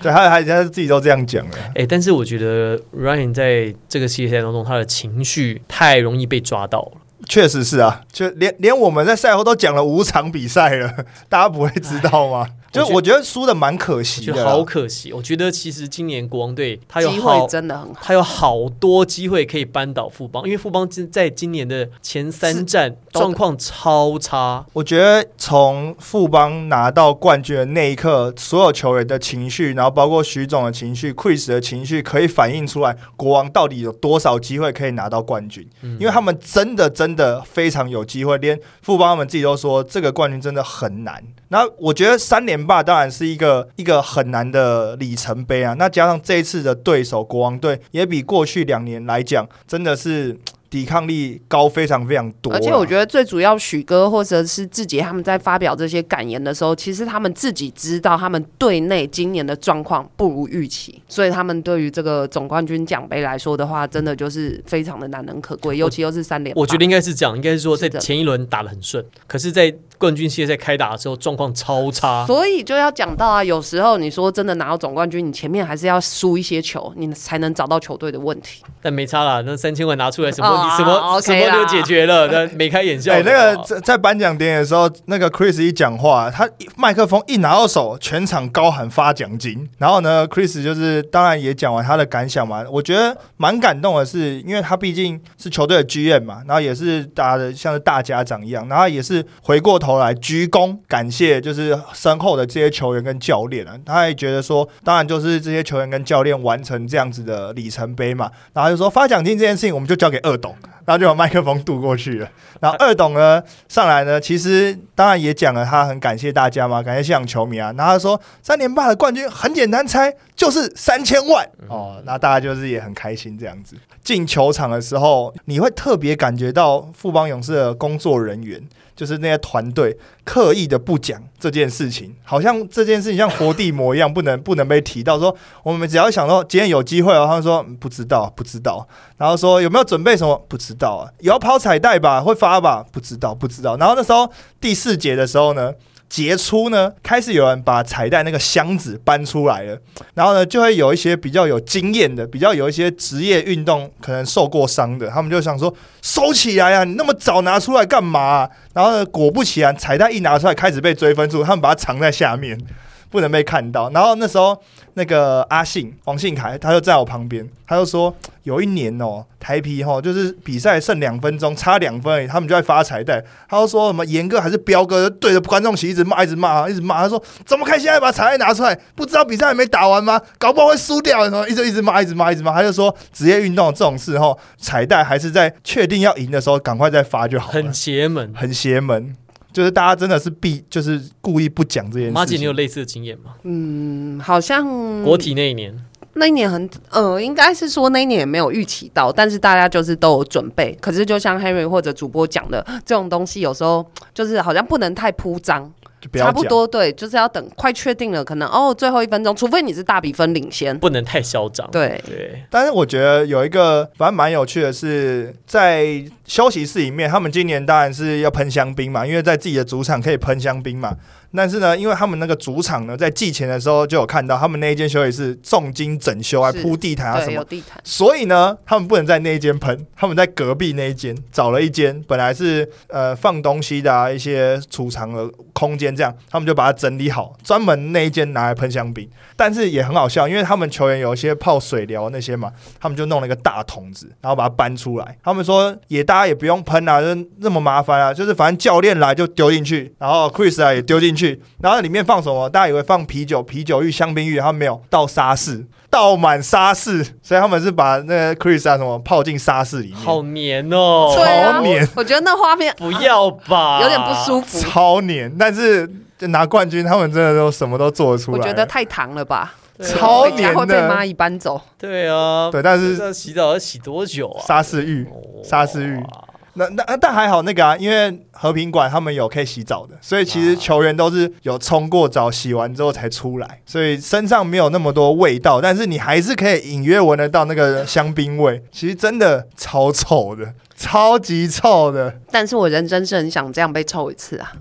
Speaker 2: 对，还有还他自己都这样讲了。
Speaker 1: 哎、但是我觉得 Ryan 在这个系列赛当中，他的情绪太容易被抓到了。
Speaker 2: 确实是啊，就连连我们在赛后都讲了五场比赛了，大家不会知道吗？就我觉得输的蛮可惜
Speaker 1: 觉
Speaker 2: 的
Speaker 1: 得
Speaker 2: 啦，
Speaker 1: 好可惜，我觉得其实今年国王队他有
Speaker 3: 机
Speaker 1: 好
Speaker 3: 会真的很好，
Speaker 1: 他有好多机会可以扳倒富邦，因为富邦今在今年的前三战
Speaker 3: 都
Speaker 1: 状况超差，
Speaker 2: 我觉得从富邦拿到冠军的那一刻，所有球员的情绪，然后包括徐总的情绪、Chris 的情绪，可以反映出来国王到底有多少机会可以拿到冠军。因为他们真的真的非常有机会，连富邦他们自己都说这个冠军真的很难。那我觉得三连霸当然是一个一个很难的里程碑啊。那加上这一次的对手国王队，也比过去两年来讲，真的是抵抗力高非常非常多啊。
Speaker 3: 而且我觉得最主要，许哥或者是志杰他们在发表这些感言的时候，其实他们自己知道他们队内今年的状况不如预期，所以他们对于这个总冠军奖杯来说的话，真的就是非常的难能可贵，尤其又是三连霸。
Speaker 1: 我觉得应该是这样，应该是说在
Speaker 3: 是的
Speaker 1: 前一轮打得很顺，可是，在冠军系列赛开打的时候状况超差。
Speaker 3: 所以就要讲到啊，有时候你说真的拿到总冠军，你前面还是要输一些球，你才能找到球队的问题。
Speaker 1: 但没差啦，那三千万拿出来，什么问题、
Speaker 3: 哦
Speaker 1: 什么、
Speaker 3: 哦
Speaker 1: 什么
Speaker 3: OK 啦
Speaker 1: 就解决 了，那眉开眼笑
Speaker 2: 哎、
Speaker 1: 的。
Speaker 2: 那
Speaker 1: 好
Speaker 2: 个
Speaker 1: 不好
Speaker 2: 在在颁奖典礼的时候，那个 Chris 一讲话，他一麦克风一拿到手，全场高喊发奖金。然后呢，Chris 就是当然也讲完他的感想嘛。我觉得蛮感动的是，因为他毕竟是球队的 GM 嘛，然后也是打的像是大家长一样，然后也是回过头来鞠躬感谢，就是身后的这些球员跟教练啊。他也觉得说，当然就是这些球员跟教练完成这样子的里程碑嘛。然后就说发奖金这件事情，我们就交给二董，然后就把麦克风渡过去了。然后二董呢上来呢，其实当然也讲了，他很感谢大家嘛，感谢现场球迷啊。然后他说三连霸的冠军很简单猜，就是三千万哦。那大家就是也很开心这样子。进球场的时候，你会特别感觉到富邦勇士的工作人员，就是那些团队刻意的不讲这件事情，好像这件事情像活地魔一样，不能不能被提到。说我们只要想到今天有机会哦，他们说嗯不知道不知道，然后说有没有准备什么？不知道啊，有要抛彩带吧？会发吧？不知道，不知道。然后那时候第四节的时候呢，节初呢开始有人把彩带那个箱子搬出来了，然后呢就会有一些比较有经验的，比较有一些职业运动可能受过伤的，他们就想说收起来啊，你那么早拿出来干嘛啊、然后呢果不其然，彩带一拿出来开始被追分数，他们把它藏在下面。不能被看到。然后那时候，那个阿信王信凯，他就在我旁边，他就说，有一年哦，台皮哦，就是比赛剩两分钟，差两分而已，他们就在发彩带。他就说什么严哥还是彪哥对着观众席一直骂，一直骂，一直骂。他说怎么看现在把彩带拿出来，不知道比赛还没打完吗？搞不好会输掉，什么一直一直骂，一直骂，一直骂。他就说职业运动这种事哦，彩带还是在确定要赢的时候赶快再发就好了
Speaker 1: 很，邪门。
Speaker 2: 很邪门。就是大家真的是必，就是故意不讲这件事情。
Speaker 1: 马姐，你有类似的经验吗？
Speaker 3: 嗯，好像
Speaker 1: 国体那一年，
Speaker 3: 那一年很，呃，应该是说那一年也没有预期到，但是大家就是都有准备。可是就像 Henry 或者主播讲的，这种东西有时候就是好像不能太铺张，
Speaker 2: 就不要
Speaker 3: 差不
Speaker 2: 讲
Speaker 3: 多对，就是要等快确定了，可能哦最后一分钟，除非你是大比分领先，
Speaker 1: 不能太嚣张。
Speaker 3: 对，
Speaker 1: 对，
Speaker 2: 但是我觉得有一个反正蛮有趣的是，在休息室里面，他们今年当然是要喷香槟嘛，因为在自己的主场可以喷香槟嘛。但是呢，因为他们那个主场呢，在季前的时候就有看到他们那一间休息室重金整修，还
Speaker 3: 是
Speaker 2: 铺地毯啊什
Speaker 3: 对，
Speaker 2: 么
Speaker 3: 有。地毯，
Speaker 2: 所以呢，他们不能在那一间喷，他们在隔壁那一间找了一间，本来是呃放东西的、啊、一些储藏的空间，这样他们就把它整理好，专门那一间拿来喷香槟。但是也很好笑，因为他们球员有一些泡水疗那些嘛，他们就弄了一个大桶子，然后把它搬出来。他们说也大家也不用喷啊，就那么麻烦啊，就是反正教练来就丢进去，然后 Chris 啊也丢进去，然后里面放什么？大家以为放啤酒、啤酒浴、香槟浴，他们没有倒沙士，倒满沙士，所以他们是把那个 Chris 啊什么泡进沙士里面，
Speaker 1: 好黏哦，
Speaker 3: 对啊
Speaker 2: 好黏，
Speaker 3: 我觉得那画面
Speaker 1: 不要吧，
Speaker 3: 有点不舒服，
Speaker 2: 超黏。但是拿冠军，他们真的都什么都做得出
Speaker 3: 我
Speaker 2: 来。
Speaker 3: 觉得太糖了吧，
Speaker 1: 对啊
Speaker 2: 超
Speaker 3: 回家会
Speaker 2: 黏
Speaker 3: 被
Speaker 2: 的
Speaker 3: 蚂蚁搬走。
Speaker 1: 对啊，
Speaker 2: 对，但
Speaker 1: 这
Speaker 2: 是
Speaker 1: 这洗澡要洗多久啊？
Speaker 2: 沙士浴，沙士浴
Speaker 1: 哇
Speaker 2: 那那但还好那个啊，因为和平馆他们有可以洗澡的，所以其
Speaker 1: 啊
Speaker 2: 实球员都是有冲过澡，洗完之后才出来，所以身上没有那么多味道，但是你还是可以隐约闻得到那个香槟味。其实真的超臭的，超级臭的。
Speaker 3: 但是我人生是很想这样被臭一次啊！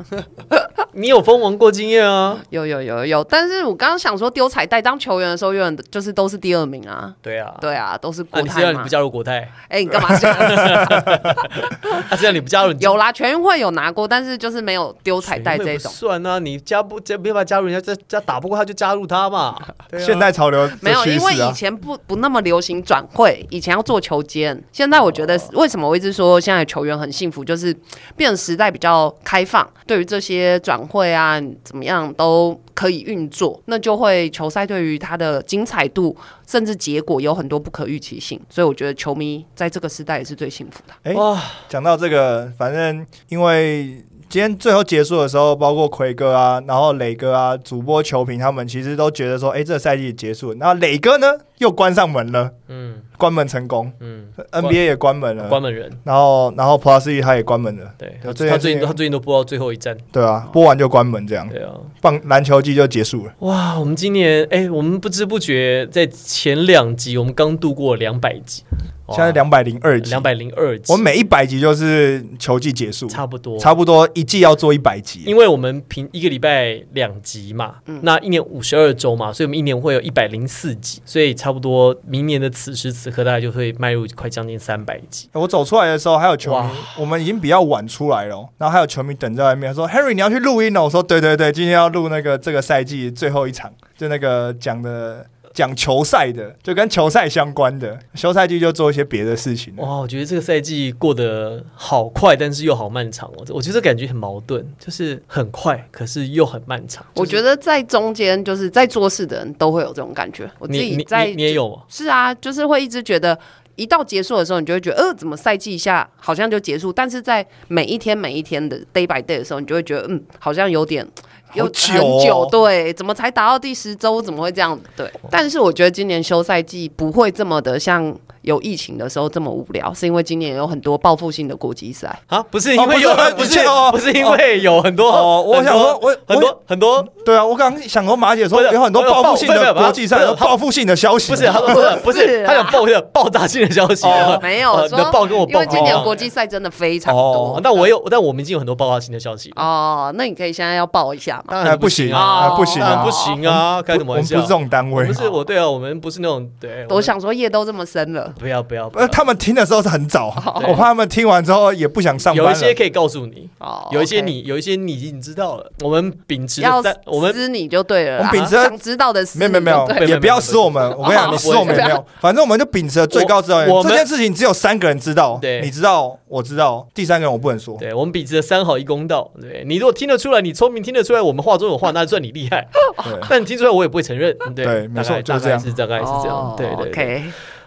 Speaker 1: 你有风闻过经验啊？
Speaker 3: 有有有有，但是我刚刚想说丢彩带当球员的时候，永远就是都是第二名啊。
Speaker 1: 对啊，
Speaker 3: 对啊，都是
Speaker 1: 啊，
Speaker 3: 国
Speaker 1: 你知道
Speaker 3: 泰
Speaker 1: 你
Speaker 3: 嘛
Speaker 1: 不。加入国泰，
Speaker 3: 哎、你干嘛这样？
Speaker 1: 啊，这样你不加入你就
Speaker 3: 有啦，全运会有拿过，但是就是没有丢彩带
Speaker 1: 全
Speaker 3: 这
Speaker 1: 运会
Speaker 3: 种
Speaker 1: 不。算啊，你加不加没办法加入人家，这这打不过他就加入他 嘛。对啊
Speaker 2: 现代潮流的
Speaker 3: 没有，
Speaker 2: 趋
Speaker 3: 因为
Speaker 2: 势
Speaker 3: 以
Speaker 2: 啊，
Speaker 3: 前不不那么流行转会，以前要做球监。现在我觉得，
Speaker 1: 哦
Speaker 3: 为什么我一直说现在球员很幸福，就是变成时代比较开放，对于这些转会啊怎么样都可以运作，那就会球赛对于它的精彩度甚至结果有很多不可预期性。所以我觉得球迷在这个时代也是最幸福的。
Speaker 2: 哎
Speaker 1: 哇，
Speaker 2: 讲到这个，反正因为今天最后结束的时候，包括奎哥啊，然后磊哥啊，主播球评他们其实都觉得说，哎、这个赛季结束了。然后磊哥呢又关上门了，
Speaker 1: 嗯
Speaker 2: 关门成功。
Speaker 1: 嗯，
Speaker 2: NBA 也关门了，
Speaker 1: 关门人，
Speaker 2: 然后然后 Plus E 他也关门了，
Speaker 1: 对，
Speaker 2: 有
Speaker 1: 他他最
Speaker 2: 这件事
Speaker 1: 近
Speaker 2: 情
Speaker 1: 他最近都播到最后一站，
Speaker 2: 对啊，播完就关门这样，
Speaker 1: 对啊。
Speaker 2: 棒篮球季就结束了。
Speaker 1: 哇，我们今年哎、我们不知不觉在前两集，我们刚度过两百集，哇
Speaker 2: 现在两百零二集，
Speaker 1: 两，百零二集，
Speaker 2: 我每一百集就是球季结束，
Speaker 1: 差不多，
Speaker 2: 差不多一季要做一百集，
Speaker 1: 因为我们平一个礼拜两集嘛，
Speaker 3: 嗯
Speaker 1: 那一年五十二周嘛，所以我们一年会有一百零四集，所以差不多明年的此时此刻，大概就会迈入快将近三百集。
Speaker 2: 哎我走出来的时候，还有球迷
Speaker 1: 哇，
Speaker 2: 我们已经比较晚出来了，然后还有球迷等在外面说：“Harry，你要去录音哦。”我说：“对对对，今天要录那个这个赛季最后一场，就那个讲的讲球赛的，就跟球赛相关的，休赛季就做一些别的事情了。
Speaker 1: 哇，我觉得这个赛季过得好快，但是又好漫长哦。我觉得这感觉很矛盾，就是很快，可是又很漫长。
Speaker 3: 我觉得在中间就是在做事的人都会有这种感觉。我自
Speaker 1: 你你
Speaker 3: 己
Speaker 1: 你
Speaker 3: 在
Speaker 1: 你也有吗？
Speaker 3: 是啊，就是会一直觉得，一到结束的时候，你就会觉得，呃，怎么赛季一下好像就结束？但是在每一天每一天的 day by day 的时候，你就会觉得，嗯，好像有点有
Speaker 2: 好久哦
Speaker 3: 很久，对，怎么才达到第十周？怎么会这样？对，但是我觉得今年休赛季不会这么的像有疫情的时候这么无聊，是因为今年有很多报复性的国际赛。
Speaker 1: 啊，不是因
Speaker 2: 哦
Speaker 1: 为
Speaker 2: 不是
Speaker 1: 有，
Speaker 2: 呃
Speaker 1: 不
Speaker 2: 不
Speaker 1: 是
Speaker 2: 是哦
Speaker 1: 不是因为有很多
Speaker 2: 哦我
Speaker 1: 很多
Speaker 2: 想说我
Speaker 1: 很多很多
Speaker 2: 对啊，我刚刚想和马姐说，
Speaker 1: 不是
Speaker 2: 有很多报复性
Speaker 1: 不是
Speaker 2: 的
Speaker 1: 不是
Speaker 2: 国际赛，
Speaker 1: 不是
Speaker 2: 有报复性的消息。哎
Speaker 1: 不是，他说不是，不
Speaker 3: 不是
Speaker 1: 是，
Speaker 3: 啊
Speaker 1: 他想爆一个爆炸性的消息
Speaker 2: 哦，
Speaker 3: 没有
Speaker 1: 呃
Speaker 3: 说
Speaker 1: 那爆跟我
Speaker 3: 因
Speaker 1: 爆
Speaker 3: 为今年
Speaker 1: 哦
Speaker 3: 国际赛真的非常
Speaker 1: 哦
Speaker 3: 多。
Speaker 1: 那我有，但我们已经有很多爆炸性的消息，
Speaker 3: 哦，那你可以现在要报一下嘛？
Speaker 1: 哎
Speaker 2: 当然不行
Speaker 3: 啊
Speaker 2: 啊，不行
Speaker 1: 当然
Speaker 2: 啊，
Speaker 1: 不行啊，开什么
Speaker 2: 我
Speaker 1: 玩
Speaker 2: 们不
Speaker 1: 笑
Speaker 2: 是这？种单位
Speaker 1: 不。是我，对啊，我们不是那种对，
Speaker 3: 我想说夜都这么深了。
Speaker 1: 们不要不要，不
Speaker 2: 呃，
Speaker 1: 要
Speaker 2: 他们听的时候是很早，
Speaker 1: 对
Speaker 2: 我怕他们听完之后也不想上班
Speaker 1: 有
Speaker 2: 了。
Speaker 1: 一些可以告诉你，
Speaker 3: 哦，
Speaker 1: 有一些
Speaker 3: OK
Speaker 1: 你有一些你已经知道了，我们秉持
Speaker 3: 要
Speaker 1: 着三，我们
Speaker 3: 撕你就对了啦，
Speaker 2: 我们秉持
Speaker 3: 想知道的撕
Speaker 2: 没有
Speaker 3: 你
Speaker 2: 没有没有
Speaker 3: 就对，
Speaker 1: 对
Speaker 2: 也不要撕我们。我跟你
Speaker 1: 哦
Speaker 2: 讲，你撕我们也没有，反正我们就秉持着最高指导原
Speaker 1: 我我
Speaker 2: 则。
Speaker 1: 们
Speaker 2: 这件事情只有三个人知道
Speaker 1: 对，
Speaker 2: 你知道，我知道，第三个人我不能说。
Speaker 1: 对我们秉持着三好一公道，对你如果听得出来，你聪明听得出来，我们话中有话，那算你厉害，
Speaker 2: 对，
Speaker 1: 但你听出来我也不会承认，对，
Speaker 2: 对没
Speaker 1: 大概
Speaker 2: 错就
Speaker 1: 大
Speaker 2: 是
Speaker 1: 概
Speaker 2: 这样
Speaker 1: 是大概是这样
Speaker 3: 哦，
Speaker 1: 对对对。
Speaker 3: ，OK，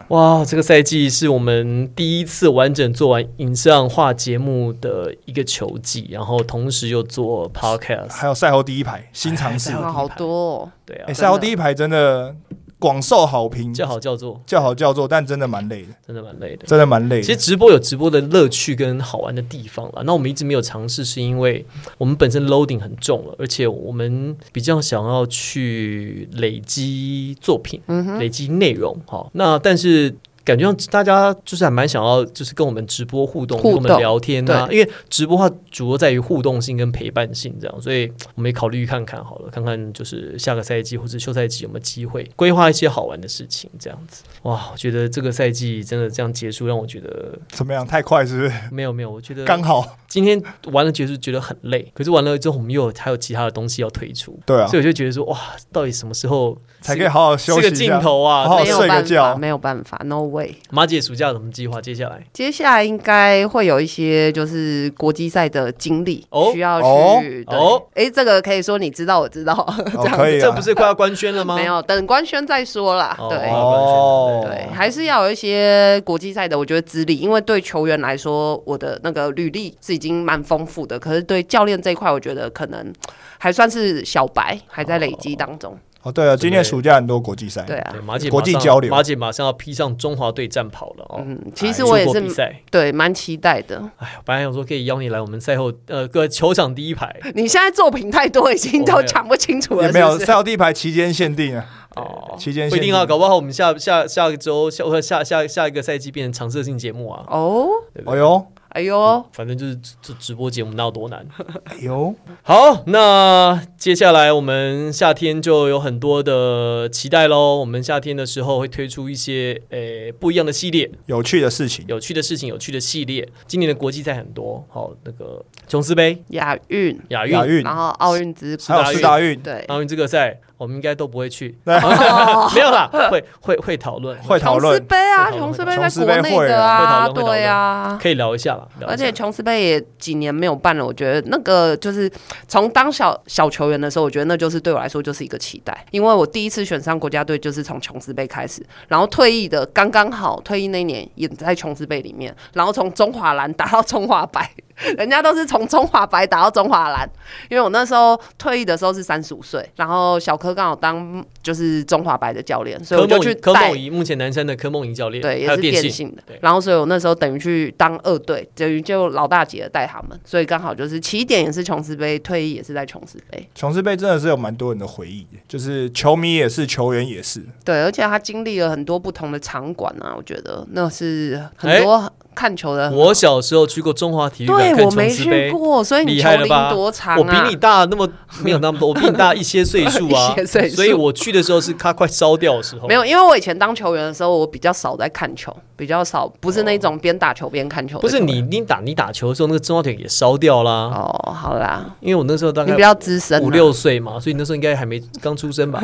Speaker 1: 哇，这个赛季是我们第一次完整做完影像化节目的一个球季，然后同时又做 podcast。
Speaker 2: 还有赛后第一排新尝试
Speaker 1: 哎，
Speaker 3: 哇，好多哦
Speaker 1: 对啊
Speaker 2: 哎，，赛后第一排真的广受好评，
Speaker 1: 叫好叫座，
Speaker 2: 叫好叫座，但真的蛮累的，
Speaker 1: 真的蛮累的。
Speaker 2: 真的蛮累
Speaker 1: 其实
Speaker 2: 的。
Speaker 1: 直播有直播的乐趣跟好玩的地方了。那我们一直没有尝试，是因为我们本身 loading 很重了，而且我们比较想要去累积作品，
Speaker 3: 嗯
Speaker 1: 累积内容。好，那但是。感觉上大家就是还蛮想要，就是跟我们直播互动，
Speaker 3: 互
Speaker 1: 跟
Speaker 3: 动
Speaker 1: 我们聊天啊。因为直播的话主要在于互动性跟陪伴性这样，所以我们也考虑看看好了，看看就是下个赛季或者休赛季有没有机会规划一些好玩的事情这样子。哇，我觉得这个赛季真的这样结束，让我觉 得
Speaker 2: 怎么样？太快是不是？
Speaker 1: 没有没有，我觉得
Speaker 2: 刚好。
Speaker 1: 今天玩了结束觉得很累，可是完了之后我们又有还有其他的东西要推出，
Speaker 2: 对啊
Speaker 1: 所，以我就觉得说哇，到底什么时候
Speaker 2: 才可以好好
Speaker 1: 是
Speaker 2: 休
Speaker 1: 个
Speaker 2: 息
Speaker 1: 是
Speaker 2: 一
Speaker 1: 个
Speaker 2: 下
Speaker 1: 尽。头啊？
Speaker 2: 好好
Speaker 3: 没有
Speaker 2: 睡个
Speaker 3: 办法，
Speaker 2: 觉
Speaker 3: 没有办法，no 位。
Speaker 1: 马姐暑假有什么计划？接下来
Speaker 3: 接下来应该会有一些就是国际赛的经历、
Speaker 1: 哦
Speaker 3: 需要
Speaker 2: 哦
Speaker 3: 去对
Speaker 1: 哦
Speaker 3: 哎、这个可以说你知道，我知道，
Speaker 2: 哦，可以
Speaker 1: 这
Speaker 2: 啊
Speaker 1: 不。是快要官宣了吗？
Speaker 3: 没有等官宣再说啦。
Speaker 1: 哦，
Speaker 3: 对、
Speaker 1: 哦
Speaker 3: 对，还是要有一些国际赛的，我觉得资历，因为对球员来说，我的那个履历是已经蛮丰富的，可是对教练这一块，我觉得可能还算是小白，还在累积当中。
Speaker 2: 哦，对了，今年暑假很多国际赛，
Speaker 3: 对啊
Speaker 1: 对，，马姐
Speaker 2: 国际
Speaker 1: 马上
Speaker 2: 交流
Speaker 1: 马姐马上要披上中华队战袍了哦。
Speaker 3: 嗯，其实
Speaker 1: 哎
Speaker 3: 我也
Speaker 1: 出国
Speaker 3: 是
Speaker 1: 比赛，
Speaker 3: 对啊蛮期待的。
Speaker 1: 哎，本来想说可以邀你来我们赛后呃，各球场第一排。
Speaker 3: 你现在作品太多，已经
Speaker 1: 我
Speaker 3: 都
Speaker 1: 哦没有
Speaker 3: 讲不清楚了
Speaker 2: 也
Speaker 3: 是
Speaker 2: 没
Speaker 3: 不
Speaker 2: 有
Speaker 3: 是，
Speaker 2: 赛后第一排期间限定啊，
Speaker 3: 哦
Speaker 2: 期间
Speaker 1: 不
Speaker 2: 限
Speaker 1: 一定啊，
Speaker 2: 定。
Speaker 1: 搞不好我们下下下个周下或下下下一个赛季变成常设性节目啊，
Speaker 3: 哦，
Speaker 1: 对不
Speaker 2: 哎
Speaker 1: 对？
Speaker 2: 呦，
Speaker 3: 哎呦，
Speaker 1: 反正就是直直播节目哪有多 难。
Speaker 2: 哎呦，
Speaker 1: 好，那接下来我们夏天就有很多的期待喽。我们夏天的时候会推出一些呃不一样的系列，
Speaker 2: 有趣的事情，
Speaker 1: 有趣的事情，有趣的系列。今年的国际赛很多，好、那个琼斯杯、
Speaker 3: 亚运，
Speaker 1: 亚运、啊
Speaker 2: 亚运
Speaker 3: 然后奥运之
Speaker 2: 还有四大运，
Speaker 3: 对，
Speaker 1: 奥运这个赛，我们应该都不会去，
Speaker 2: 对
Speaker 3: 哦
Speaker 1: 没有啦，会会会讨论，
Speaker 2: 会讨
Speaker 3: 琼斯
Speaker 2: 论
Speaker 3: 杯啊，
Speaker 1: 会讨论
Speaker 3: 琼斯杯
Speaker 2: 会
Speaker 3: 在
Speaker 2: 讨
Speaker 3: 国
Speaker 2: 论
Speaker 3: 内的啊，
Speaker 1: 会讨论会讨论
Speaker 3: 对啊。
Speaker 1: 可以聊一下啦。聊一下
Speaker 3: 而且琼斯杯也几年没有办了，我觉得那个就是从当小小球员的时候，我觉得那就是对我来说就是一个期待，因为我第一次选上国家队就是从琼斯杯开始，然后退役的刚刚好，退役那一年也在琼斯杯里面，然后从中华蓝打到中华白， 人家都是从中华白打到中华蓝，因为我那时候退役的时候是三十五岁，然后小柯刚好当就是中华白的教练，所以
Speaker 1: 柯
Speaker 3: 我就
Speaker 1: 梦
Speaker 3: 去
Speaker 1: 怡，柯
Speaker 3: 带
Speaker 1: 梦怡目前南山的柯梦怡教练，
Speaker 3: 对，也
Speaker 1: 还有
Speaker 3: 是
Speaker 1: 电
Speaker 3: 电
Speaker 1: 信，
Speaker 3: 信的
Speaker 1: 对。
Speaker 3: 然后，所以我那时候等于去当二队，等于就老大姐带他们，所以刚好就是起点也是琼斯杯，退役也是在琼斯杯。
Speaker 2: 琼斯杯真的是有蛮多人的回忆的，就是球迷也是，球员也是。
Speaker 3: 对，而且他经历了很多不同的场馆啊，我觉得那是很多看球的。
Speaker 1: 哎我小时候去过中华体育馆
Speaker 3: 嗯对
Speaker 1: 看
Speaker 3: 我没
Speaker 1: 琼斯
Speaker 3: 去
Speaker 1: 杯，
Speaker 3: 过，所以你
Speaker 1: 厉
Speaker 3: 球
Speaker 1: 害
Speaker 3: 龄
Speaker 1: 了吧
Speaker 3: 多长啊？
Speaker 1: 我比你大那么没有那么多，我比你大一些岁数啊
Speaker 3: 一些岁，数
Speaker 1: 所以我去的时候是他快烧掉的时候，
Speaker 3: 没有，因为我以前当球员的时候，我比较少在看球，比较少，不是那种边打球边看球的
Speaker 1: 不是
Speaker 3: 球员
Speaker 1: 你你打你打球的时候，那个中华队也烧掉啦，
Speaker 3: 哦，好啦，
Speaker 1: 因为我那时候大
Speaker 3: 你
Speaker 1: 概
Speaker 3: 比较资深、啊，
Speaker 1: 五六岁嘛，所以那时候应该还没刚出生 吧？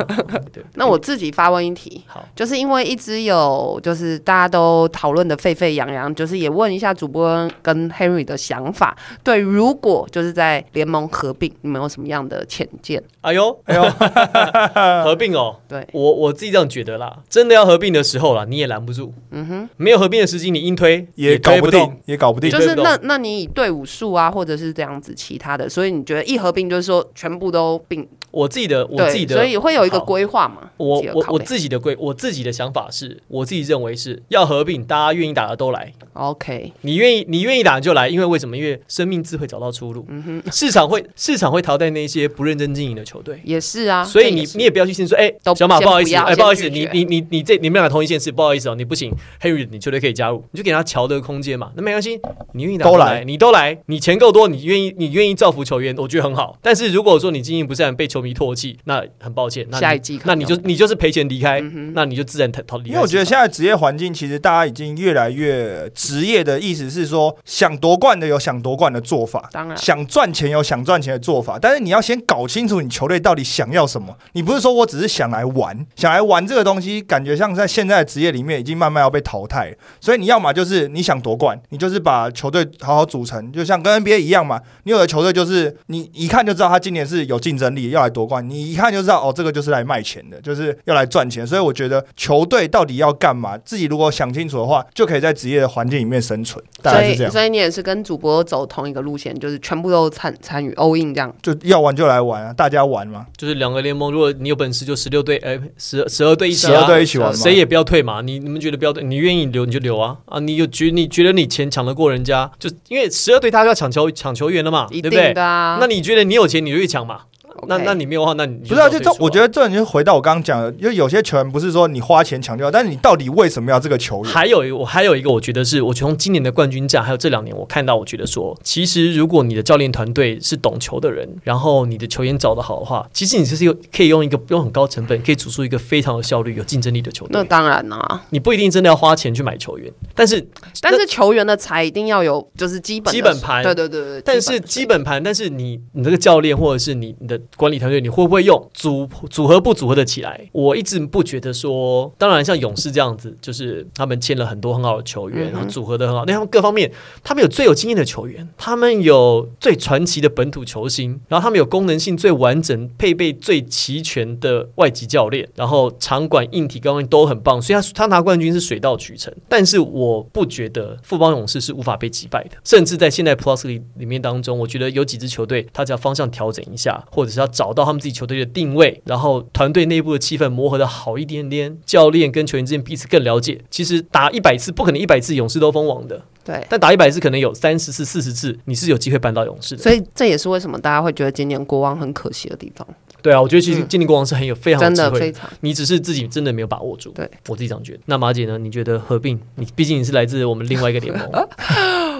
Speaker 1: 对，
Speaker 3: 那我自己发问一题，
Speaker 1: 嗯好，
Speaker 3: 就是因为一直有就是大家都讨论的沸沸扬扬，就是也问一下主播跟 Henry 的想法，对，如果就是在联盟合并，你们有什么样的浅见？
Speaker 1: 哎呦
Speaker 2: 哎呦，
Speaker 1: 合并哦。
Speaker 3: 对，
Speaker 1: 我我自己这样觉得啦，真的要合并的时候啦，你也拦不住。嗯哼，没有合并的时机，你硬推
Speaker 2: 也搞
Speaker 1: 推
Speaker 2: 不
Speaker 1: 动
Speaker 2: 定。，也搞不定
Speaker 1: 对。
Speaker 3: 就
Speaker 1: 对
Speaker 3: 是
Speaker 1: 不
Speaker 3: 那那你以队伍数啊，或者是这样子其他的，所以你觉得一合并就是说全部都并，
Speaker 1: 我自己的，我
Speaker 3: 对
Speaker 1: 自己的，
Speaker 3: 所以会有一个
Speaker 1: 好
Speaker 3: 规划嘛？
Speaker 1: 我
Speaker 3: 自己有
Speaker 1: 我
Speaker 3: 考
Speaker 1: 我
Speaker 3: 量
Speaker 1: 自己的规，我自己的想法是，我自己认为是要合并，大家愿意打的都来，
Speaker 3: OK，
Speaker 1: 你愿意你愿意打就来，因为为什么？因为生命自会找到出
Speaker 3: 嗯
Speaker 1: 路，市场会市场会淘汰那些不认真经营的球队。
Speaker 3: 也是啊，
Speaker 1: 所以
Speaker 3: 这
Speaker 1: 你
Speaker 3: 也是
Speaker 1: 你也不要去先说，哎、
Speaker 3: 都
Speaker 1: 小马
Speaker 3: 先
Speaker 1: 不好意
Speaker 3: 不
Speaker 1: 思，
Speaker 3: 要
Speaker 1: 哎、不好意思，
Speaker 3: 先拒
Speaker 1: 你
Speaker 3: 绝
Speaker 1: 你你你这你们俩同一件事，不好意思哦，你不行，Henry，你球队可以加入，你就给他瞧的空间嘛，那没关系，你愿意打
Speaker 2: 都
Speaker 1: 就
Speaker 2: 来
Speaker 1: 来，你都来，你钱够多，你愿意你愿意造福球员，我觉得很好。但是如果说你经营不善，被球迷唾弃，那很抱歉，那你
Speaker 3: 下一季可
Speaker 1: 那
Speaker 3: 能
Speaker 1: 你就你就是赔钱离开，那你就自然逃逃离开市场。
Speaker 2: 因为我觉得现在职业环境，其实大家已经越来越职业的意思是说，想夺冠的有想夺冠的做法，
Speaker 3: 当然
Speaker 2: 想赚钱有想赚钱的做法，但是你要先搞清楚你球队到底想要什么。你不是说我只是想来玩，想来玩这个东西，感觉像在现在的职业里面已经慢慢要被淘汰了。所以你要么就是你想夺冠，你就是把球队好好组成，就像跟 NBA 一样嘛。你有的球队就是你一看就知道他今年是有竞争力，要来夺冠，你一看就知道哦，这个就是来卖钱的，就是要来赚钱。所以我觉得球队到底要干嘛，自己如果想清楚的话，就可以在职业的环境里面生存，大
Speaker 3: 所
Speaker 2: 概是
Speaker 3: 以
Speaker 2: 这样。
Speaker 3: 所以你也是跟主播走同一个路线，就是全部都参参与 all in 这样。
Speaker 2: 就要玩就来玩啊，大家玩嘛。
Speaker 1: 就是两个联盟，如果你有本事，就十六队，哎、十十二队一起、啊，
Speaker 2: 12队一起玩嘛
Speaker 1: 谁也不要退嘛。你你们觉得不要退，你愿意留你就留啊啊！你有觉你觉得你钱抢得过人家，就因为十二队他要抢球抢球员了嘛，
Speaker 3: 一
Speaker 1: 对不对
Speaker 3: 定？的啊。
Speaker 1: 那你觉得你有钱，你就去抢嘛。
Speaker 3: OK
Speaker 1: 那那你没有的话，那你
Speaker 2: 不是啊，就
Speaker 1: 这
Speaker 2: 这，我觉得这你就回到我刚刚讲的，就有些球员不是说你花钱抢就好，但是你到底为什么要这个球员？
Speaker 1: 还有一个，我还有一个，我觉得是我从今年的冠军战，还有这两年，我看到我觉得说，其实如果你的教练团队是懂球的人，然后你的球员找得好的话，其实你就是有可以用一个用很高成本，可以组出一个非常有效率、有竞争力的球队
Speaker 3: 那。当然啦、
Speaker 1: 你不一定真的要花钱去买球员，但是
Speaker 3: 但是球员的才一定要有，就是基本的
Speaker 1: 基本盘
Speaker 3: 对对对对。
Speaker 1: 但是
Speaker 3: 基
Speaker 1: 基本盘，但是你你这个教练或者是你你的管理团队，你会不会用组组合不组合的起来？我一直不觉得说，当然像勇士这样子，就是他们签了很多很好的球员，然后组合的很好，那他们各方面，他们有最有经验的球员，他们有最传奇的本土球星，然后他们有功能性最完整、配备最齐全的外籍教练，然后场馆硬体各方面都很棒，所以他他拿冠军是水到渠成。但是我不觉得富邦勇士是无法被击败的，甚至在现在 Plus 里里面当中，我觉得有几支球队，他只要方向调整一下，或者是要找到他们自己球队的定位，然后团队内部的气氛磨合的好一点点，教练跟球员之间彼此更了解。其实打一百次不可能一百次勇士都封王的，
Speaker 3: 对。
Speaker 1: 但打一百次可能有三十次、四十次，你是有机会扳倒勇士的。
Speaker 3: 所以这也是为什么大家会觉得今年国王很可惜的地方，
Speaker 1: 对啊，我觉得其实
Speaker 3: 嗯
Speaker 1: 建立国王是很有非常有
Speaker 3: 真
Speaker 1: 机
Speaker 3: 的
Speaker 1: 会
Speaker 3: 非常。
Speaker 1: 你只是自己真的没有把握住，
Speaker 3: 对
Speaker 1: 我自己这样觉得。那马姐呢？你觉得合并？你毕竟你是来自我们另外一个联 盟，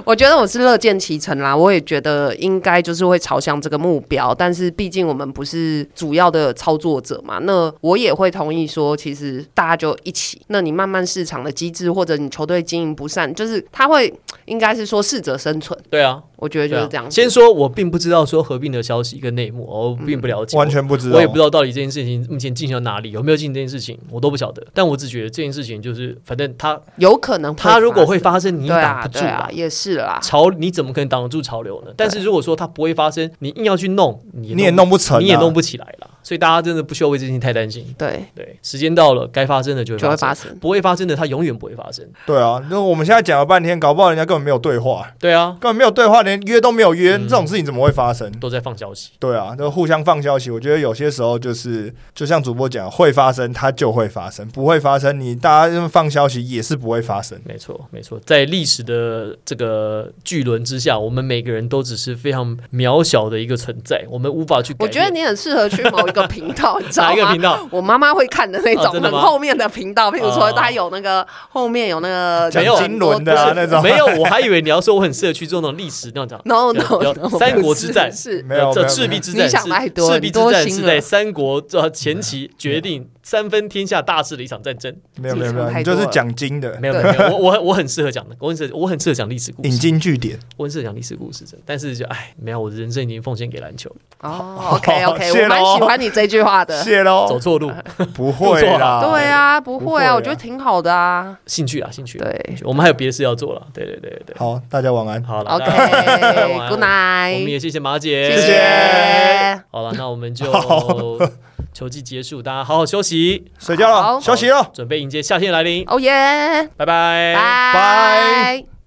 Speaker 3: 我觉得我是乐见其成啦，我也觉得应该就是会朝向这个目标，但是毕竟我们不是主要的操作者嘛，那我也会同意说，其实大家就一起，那你慢慢市场的机制或者你球队经营不善，就是他会应该是说适者生存，
Speaker 1: 对啊，
Speaker 3: 我觉得
Speaker 1: 对
Speaker 3: 就
Speaker 1: 啊
Speaker 3: 是这样子。
Speaker 1: 先说，我并不知道说合并的消息跟内幕，我并不了解，
Speaker 2: 完全不知道，
Speaker 1: 我也不知道到底这件事情目前进行到哪里，有没有进行这件事情，我都不晓得。但我只觉得这件事情就是，反正他
Speaker 3: 有可能
Speaker 1: 他如果会
Speaker 3: 发
Speaker 1: 发生，你
Speaker 3: 生，
Speaker 1: 也
Speaker 3: 对
Speaker 1: 挡
Speaker 3: 啊
Speaker 1: 不住
Speaker 3: 对啊，也是啦，
Speaker 1: 潮你怎么可能挡得住潮流呢？但是如果说它不会发生，你硬要去弄，你
Speaker 2: 你也弄不成啊，
Speaker 1: 你也弄不起来了。所以大家真的不需要为这件事情太担心。
Speaker 3: 对，
Speaker 1: 对，时间到了，该发生的就会
Speaker 3: 就
Speaker 1: 发
Speaker 3: 会
Speaker 1: 生，
Speaker 3: 发生。
Speaker 1: 不会发生的它永远不会发生。
Speaker 2: 对啊，那我们现在讲了半天，搞不好人家根本没有对话，
Speaker 1: 对啊，
Speaker 2: 根本没有对话，连约都没有约，
Speaker 1: 嗯
Speaker 2: 这种事情怎么会发生？
Speaker 1: 都在放消息。
Speaker 2: 对啊，就互相放消息。我觉得有些时候就是，就像主播讲，会发生它就会发生，不会发生你大家放消息也是不会发生。
Speaker 1: 没错，没错，在历史的这个巨轮之下，我们每个人都只是非常渺小的一个存在，我们无法去改
Speaker 3: 我
Speaker 1: 变。
Speaker 3: 觉得你啊很适合去某一个频 道，你知
Speaker 1: 哪
Speaker 3: 道
Speaker 1: 一个
Speaker 3: 吗
Speaker 1: 频？道？
Speaker 3: 我妈妈会看的那
Speaker 1: 哦
Speaker 3: 种
Speaker 1: 真的
Speaker 3: 很
Speaker 1: 吗
Speaker 3: 后面的频道，譬如说
Speaker 1: 哦
Speaker 3: 她有那个后面有那个
Speaker 2: 讲
Speaker 1: 没有
Speaker 2: 金轮 的啊
Speaker 3: 很多
Speaker 2: 那种
Speaker 1: 没有，我还以为你要说我很适合去做那种历史那种讲。不
Speaker 3: No no
Speaker 1: 要
Speaker 3: no，
Speaker 1: 三国之战
Speaker 3: 是 是
Speaker 2: 没有，
Speaker 1: 这
Speaker 2: 没有
Speaker 1: 赤壁之战
Speaker 3: 你想太
Speaker 1: 是
Speaker 3: 多
Speaker 1: 赤壁之
Speaker 3: 你多
Speaker 1: 战
Speaker 3: 心
Speaker 1: 是
Speaker 3: 了
Speaker 1: 在三国呃前期决定三分天下大事的一场战争。
Speaker 2: 没有没有没有，
Speaker 3: 自己想
Speaker 2: 你
Speaker 3: 太
Speaker 2: 就
Speaker 3: 多了
Speaker 2: 是讲经的，
Speaker 1: 没有没有，没有我我我很适合讲的，我很适合我很适合讲历史故
Speaker 2: 引
Speaker 1: 事，
Speaker 2: 经据典。
Speaker 1: 我很适合讲历史故事真的。但是就哎，没有，我的人生已经奉献给篮球了，
Speaker 3: 哦，OK
Speaker 2: 谢
Speaker 3: OK，
Speaker 2: 咯
Speaker 3: 我蛮
Speaker 1: 哦
Speaker 3: 喜欢你这句话的。
Speaker 2: 谢
Speaker 1: 啊走
Speaker 2: 喽，
Speaker 1: 错路，
Speaker 2: 不会
Speaker 1: 不错
Speaker 2: 啦，
Speaker 1: 啦
Speaker 3: 对啊，不
Speaker 2: 不会
Speaker 3: 会
Speaker 2: 啊
Speaker 3: 啊，我觉得挺好的啊。
Speaker 1: 兴趣啊兴趣啊。
Speaker 3: 对
Speaker 1: 我们还有别的事要做了。对对对对。
Speaker 2: 好，大家晚安。
Speaker 1: 好了大家大 家晚安
Speaker 3: ，OK，Good
Speaker 1: 我们
Speaker 3: night，
Speaker 1: 也谢谢马姐，
Speaker 2: 谢谢。
Speaker 1: 好了，那我们就
Speaker 2: 好
Speaker 1: 球季结束，大家好好休息，
Speaker 2: 睡觉了，
Speaker 3: 好
Speaker 2: 休息了。
Speaker 3: Oh
Speaker 1: 准备迎接夏天的来临。
Speaker 3: 哦耶，
Speaker 1: 拜拜，
Speaker 3: 拜
Speaker 2: 拜。